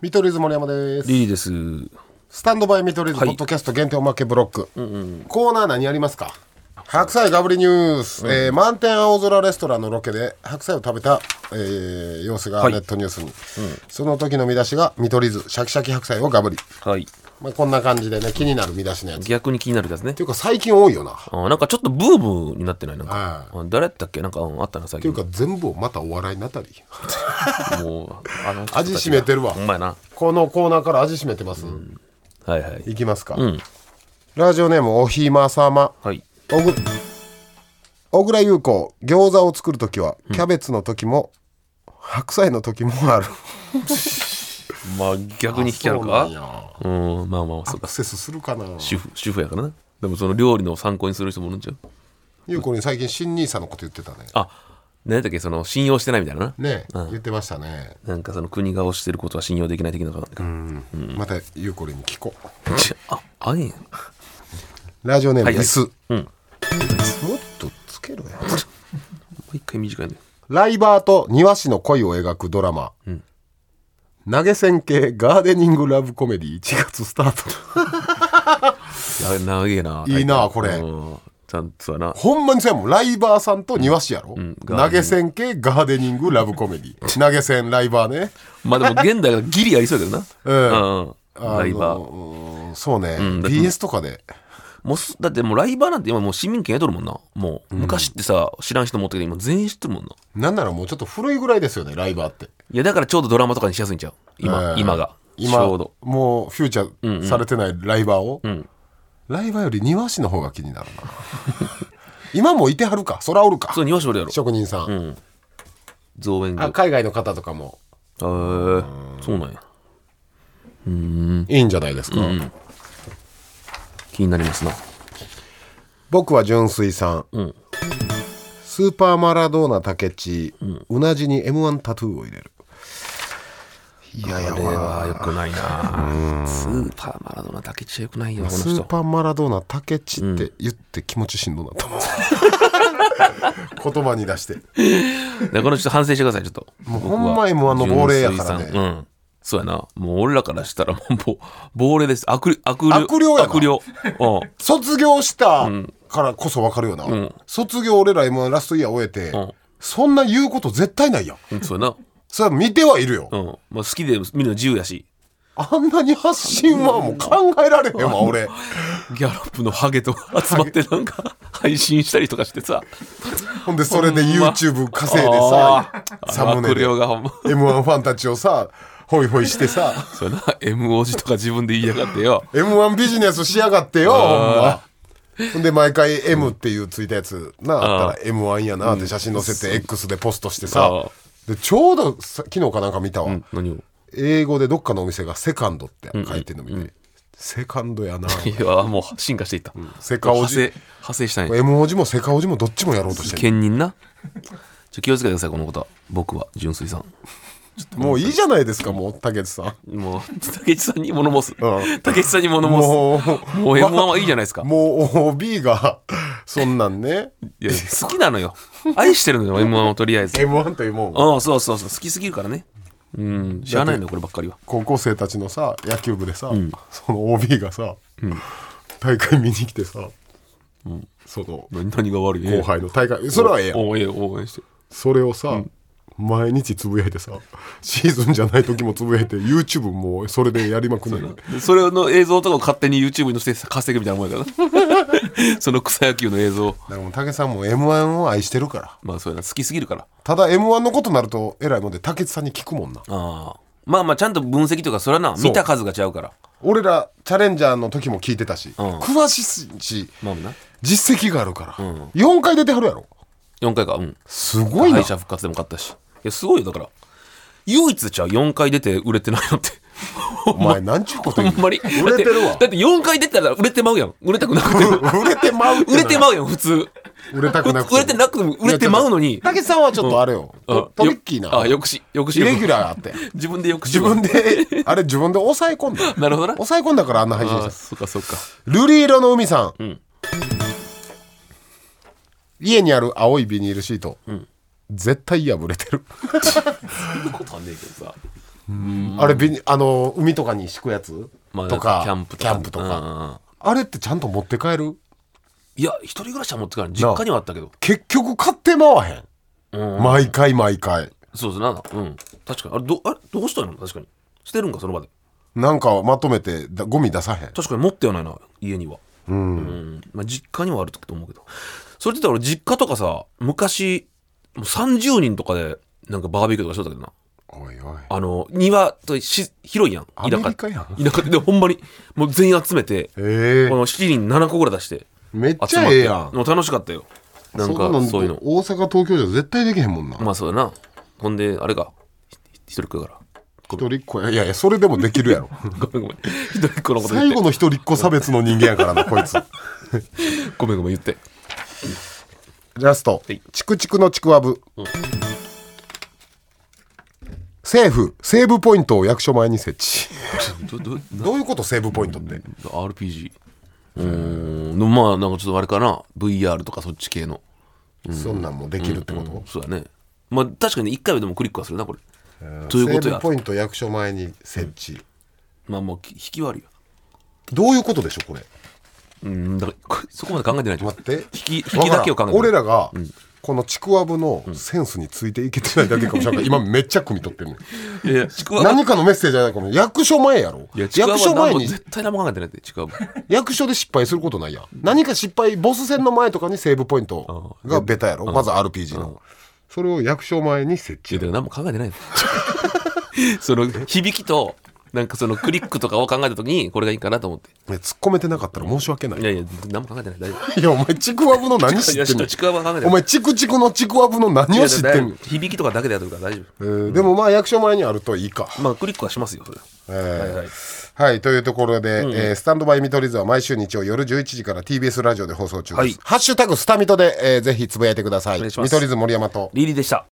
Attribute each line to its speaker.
Speaker 1: 見取り図森山です
Speaker 2: リリーです。
Speaker 1: スタンドバイ見取り図
Speaker 2: はい
Speaker 1: ポッドキャスト限定おまけブロック、コーナー何やりますか白菜ガブリニュース、えー満天青空レストランのロケで白菜を食べた、えー様子が
Speaker 2: はい
Speaker 1: ネットニュースに、その時の見出しが見取り図シャキシャキ白菜をガブリ、
Speaker 2: はい。
Speaker 1: まあ、こんな感じでね気になる見出しのやつっ
Speaker 2: 逆に気になるやつね
Speaker 1: てい。うか最近多いよなっ
Speaker 2: あーなんかちょっとブームになってないなん
Speaker 1: は
Speaker 2: か。あ誰だったっけなんかうんあったな、最
Speaker 1: てい
Speaker 2: 近
Speaker 1: う。か全部をまたお笑いになったり
Speaker 2: もう、あの人たちが
Speaker 1: 味しめてるわ
Speaker 2: ほんまやな。
Speaker 1: このコーナーから味しめてます、
Speaker 2: はいはい。
Speaker 1: いきますか、
Speaker 2: うん。
Speaker 1: ラジオネームおひまさま
Speaker 2: はい。
Speaker 1: 小倉小倉優子餃子を作る時はキャベツの時も、白菜の時もある
Speaker 2: まあ逆に引きある
Speaker 1: そうな
Speaker 2: か
Speaker 1: んや
Speaker 2: うん、まあまあ、そう
Speaker 1: ア
Speaker 2: か
Speaker 1: ク。セスするかな
Speaker 2: 主婦、主婦やからな。でもその料理の参考にする人もいるんちゃう
Speaker 1: 優子に最近新兄さんのこと言ってたね
Speaker 2: あ、何だっけ、その信用してないみたいなな。
Speaker 1: ねえ、言ってましたね、
Speaker 2: なんかその国が推してることは信用できない的な感じか。
Speaker 1: また優子にも聞こう
Speaker 2: ちあ、あえん。
Speaker 1: ラジオネーム、
Speaker 2: はいはい
Speaker 1: 椅子、
Speaker 2: うん
Speaker 1: もっとつけろよ
Speaker 2: もう一回短いね。
Speaker 1: ライバーと庭師の恋を描くドラマ、投げ銭系ガーデニングラブコメディ1月スタート
Speaker 2: や長えな。
Speaker 1: いいなこれ
Speaker 2: うんちゃんとはな。
Speaker 1: ほんまにそうやもんライバーさんと庭師やろ、
Speaker 2: んガーデニング
Speaker 1: 投げ銭系ガーデニングラブコメデ ィ投げ銭ライバーね
Speaker 2: まあでも現代はギリありそうやけど な。
Speaker 1: うん
Speaker 2: ん。
Speaker 1: あの
Speaker 2: ライバー。
Speaker 1: うんそうね、
Speaker 2: んだ
Speaker 1: BS とかで
Speaker 2: もうすだってもうライバーなんて今もう市民権やとるもんな。もう昔ってさ、知らん人もおったけど今全員知ってるもんな。
Speaker 1: なんならもうちょっと古いぐらいですよねライバーって
Speaker 2: いやだからちょうどドラマとかにしやすいんちゃう今、
Speaker 1: えー
Speaker 2: 今が。
Speaker 1: 今
Speaker 2: ちょうど。
Speaker 1: もうフューチャーされてないライバーを、
Speaker 2: ん
Speaker 1: ライバーより庭師の方が気になるな 今もいてはるか空おるか
Speaker 2: そう、庭師おるやろ。
Speaker 1: 職人さん、
Speaker 2: うん。造園業。
Speaker 1: あ
Speaker 2: へ
Speaker 1: 海外の方とかも
Speaker 2: えー、そうなんや。
Speaker 1: いいんじゃないですか、
Speaker 2: 気になりますな。
Speaker 1: 僕は純粋さん、
Speaker 2: うん
Speaker 1: スーパーマラドーナ武智、うなじに m 1タトゥーを入れるいやいや
Speaker 2: これは良くないな。スーパーマラドーナだけちゃ良くないよ、この
Speaker 1: スー
Speaker 2: 人。
Speaker 1: パーマラドーナ武智って言って気持ちしんどなった もん、言葉に出して
Speaker 2: だからちょっと反省してください、ちょっと。
Speaker 1: もう
Speaker 2: 僕は
Speaker 1: ほんま M1 の亡霊やからね
Speaker 2: 純粋さんうん。そうやな。もう俺らからしたらもうぼ亡霊です。悪霊。悪
Speaker 1: 悪霊やな
Speaker 2: 悪霊。うん。
Speaker 1: 卒業したからこそ分かるよな、
Speaker 2: ん卒
Speaker 1: 卒業俺ら m 1ラストイヤー終えて、
Speaker 2: ん
Speaker 1: そんな言うこと絶対ないやん
Speaker 2: うんそうやな。
Speaker 1: それは見てはいるよ、
Speaker 2: うん。まあ、好きで見るの自由やし。
Speaker 1: あんなに発信はもう考えられへんわ俺
Speaker 2: ギャロップのハゲと集まってなんか配信したりとかしてさ。
Speaker 1: ほんでそれで
Speaker 2: ほんま
Speaker 1: YouTube 稼いでさ
Speaker 2: あー
Speaker 1: サムネ
Speaker 2: 悪
Speaker 1: で
Speaker 2: 霊
Speaker 1: m
Speaker 2: がほんま。
Speaker 1: 1ファンたちをさホイホイしてさ
Speaker 2: そうやな。M 王子とか自分で言いやがってよ。
Speaker 1: m 1ビジネスしやがってよほんまほんで毎回 M っていうついたやつなあったら m 1やなって写真載せて X でポストしてさ
Speaker 2: あ
Speaker 1: でちょうどさ昨日かなんか見たわ、
Speaker 2: 何を。
Speaker 1: 英語でどっかのお店が「セカンド」って書いてるの見て、セカンドやな
Speaker 2: いや、もう進化していった。
Speaker 1: セカオ
Speaker 2: 派
Speaker 1: ジ、
Speaker 2: 生派生したんや。
Speaker 1: M おじもセカオジもどっちもやろうとしてる
Speaker 2: 兼任な。ちょ気をつけてください、このことは。僕は、純粋さん。
Speaker 1: もういいじゃないですかもう竹内さん
Speaker 2: もう、竹内さんに物申す。
Speaker 1: うん
Speaker 2: 竹内さんに物申
Speaker 1: も
Speaker 2: す。もう M1 はいいじゃないですか。
Speaker 1: もう OB が そんなんね
Speaker 2: いや好きなのよ。愛してるのよ、M1 をとりあえず。
Speaker 1: m 1というもん
Speaker 2: ああ、そうそうそう。好きすぎるからね。うん。知らないのよ、こればっかりは。
Speaker 1: 高校生たちのさ野球部でさ、その OB がさ、大会見に来てさ、その
Speaker 2: 何何が悪い
Speaker 1: 後輩の大会それはええやん
Speaker 2: 応援、応援して。
Speaker 1: それをさ、毎日つぶやいてさシーズンじゃない時もつぶやいて YouTube もそれでやりまくんねん
Speaker 2: でそれの映像とかを勝手に YouTube に載せて稼ぐみたいなもんやから な。その草野球の映
Speaker 1: だ
Speaker 2: 像。
Speaker 1: からもう武さんも m 1を愛してるから
Speaker 2: まあ、そうやな。好きすぎるから。
Speaker 1: ただ m 1のことになるとえらいもんで武さんに聞くもんな
Speaker 2: ああ。まあまあ、ちゃんと分析とか、それはな、
Speaker 1: う
Speaker 2: 見た数が違うから。
Speaker 1: 俺らチャレンジャーの時も聞いてたし、
Speaker 2: ん
Speaker 1: 詳しいし
Speaker 2: まあまあな。
Speaker 1: 実績があるから、4回出てはるやろ
Speaker 2: 4回か。うん。
Speaker 1: すごいな
Speaker 2: 敗者復活でも勝ったし。いや、すごいよ、だから。唯一ちゃう、4回出て売れてない のって。
Speaker 1: お前なんちゅうこと
Speaker 2: ほ
Speaker 1: 言うん
Speaker 2: まに。
Speaker 1: 売れてるわ
Speaker 2: だって4回出たら売れてまうやん。売れたくなく ても。
Speaker 1: 売れてまう
Speaker 2: 売れて
Speaker 1: う
Speaker 2: まうやん、普通。
Speaker 1: 売れたくなく
Speaker 2: 売れてなくても売れてまうのに。
Speaker 1: たけしさんはちょっとあれよ、
Speaker 2: あ
Speaker 1: トトリッキー
Speaker 2: よあ、
Speaker 1: なイ
Speaker 2: 抑止。抑止
Speaker 1: レギュ
Speaker 2: 力。
Speaker 1: ラーあっ て
Speaker 2: 自分で抑止
Speaker 1: 自
Speaker 2: 力。
Speaker 1: 分であれ自分で抑え込んだ
Speaker 2: なるほどな。
Speaker 1: 抑え込んだからあんな配信
Speaker 2: あ
Speaker 1: し
Speaker 2: あ、
Speaker 1: た
Speaker 2: そうかそうか。
Speaker 1: 瑠璃色の海さん、
Speaker 2: ん
Speaker 1: 家にある青いビニールシート、絶対破れてる
Speaker 2: そんなことはねえけどさ。
Speaker 1: あれビニあの海とかに敷くやつ、
Speaker 2: まあ
Speaker 1: とか
Speaker 2: キャンプと
Speaker 1: キ
Speaker 2: か
Speaker 1: ャンプと
Speaker 2: うん
Speaker 1: か、
Speaker 2: うんうん
Speaker 1: あれってちゃんと持って帰る
Speaker 2: いや一人暮らしは持って帰る実家にはあったけど
Speaker 1: 結局買ってまわへん、
Speaker 2: うん
Speaker 1: 毎回毎回
Speaker 2: そうですなうん確かにあれどあれどうしたの確かに捨てるんかその場で
Speaker 1: なんかまとめてだゴミ出さへん
Speaker 2: 確かに持ってはないな家にはうん、まあ、実家にはあると思うけどそれで言ったら俺実家とかさ昔もう30人とかでなんかバーベキューとかしとったけどな
Speaker 1: おいおい
Speaker 2: あの庭とし広いやん
Speaker 1: アメリカやん
Speaker 2: 田舎ででほんまにもう全員集めて
Speaker 1: え
Speaker 2: こ
Speaker 1: ー
Speaker 2: の7人7個ぐらい出して
Speaker 1: めっち
Speaker 2: 集
Speaker 1: ゃ
Speaker 2: まっ
Speaker 1: ええ
Speaker 2: て
Speaker 1: や
Speaker 2: も
Speaker 1: ん
Speaker 2: う楽しかったよなんかそういうの
Speaker 1: 大阪東京じゃ絶対できへんもんな
Speaker 2: まあそうだなほんであれかひ一人っ子だから
Speaker 1: 一人っ子やいやいやそれでもでき るやろ
Speaker 2: ごめんごめん一人っ子のこと言
Speaker 1: 最
Speaker 2: って
Speaker 1: 後の一人っ子差別の人間やからなこい つ
Speaker 2: ごめんごめん言って
Speaker 1: ラスト、
Speaker 2: はい
Speaker 1: チクチクのちくわぶ、政府セーブポイントを役所前に設置
Speaker 2: どどな
Speaker 1: どういうことセーブポイントって、
Speaker 2: RPG うーんでもまあなんかちょっとあれかな VR とかそっち系の
Speaker 1: そんなんもできるってこと、
Speaker 2: そうだねまあ確かに1回目でもクリックはするなこれと
Speaker 1: セ
Speaker 2: いうこと
Speaker 1: ーブ
Speaker 2: や
Speaker 1: ポイント役所前に設置、
Speaker 2: まあもうき引き割りや
Speaker 1: どういうことでしょうこれ
Speaker 2: うんだからこそこまで考えてないと
Speaker 1: 待って
Speaker 2: 引き引きだけを考えてる
Speaker 1: 俺らが、このちくわぶのセンスについていけてないだけかもしれない、今めっちゃ汲み取ってるね
Speaker 2: いやいやちくわぶ
Speaker 1: 何かのメッセージじゃないかも役所前やろ
Speaker 2: いやちくわ
Speaker 1: 役
Speaker 2: ぶは
Speaker 1: 所
Speaker 2: 何
Speaker 1: 前
Speaker 2: も
Speaker 1: に
Speaker 2: 絶対何も考えてないってちくわぶあ
Speaker 1: 役所で失敗することないやん何か失敗ボス戦の前とかにセーブポイントがベタやろまず RPG のそれを役所前に設
Speaker 2: いやだ
Speaker 1: 置
Speaker 2: から何も考えてないの その響きとなんかそのクリックとかを考えた時にこれがいいかなと思って
Speaker 1: ね突っ込めてなかったら申し訳ない
Speaker 2: いやいや何も考えてない大丈
Speaker 1: いやお前ちくわぶの何知
Speaker 2: 夫いや
Speaker 1: ってん
Speaker 2: ち
Speaker 1: の
Speaker 2: ょちくわぶは考えて
Speaker 1: お
Speaker 2: ない
Speaker 1: 前チクチクのちくわぶの何
Speaker 2: い
Speaker 1: を
Speaker 2: や
Speaker 1: 知ってんの
Speaker 2: だ響きとかだけでやってるから大丈夫
Speaker 1: えーでもまあ役所前にあるといいか
Speaker 2: まあクリックはしますよそれ
Speaker 1: えー
Speaker 2: はいはい
Speaker 1: はいというところで、えースタンドバイ見取り図は毎週日曜夜11時から TBS ラジオで放送中です、
Speaker 2: はい
Speaker 1: ハッシュタグスタミトで、えーぜひつぶやいてください
Speaker 2: お願いしま
Speaker 1: 見
Speaker 2: す
Speaker 1: 取り図森山と
Speaker 2: リリーでした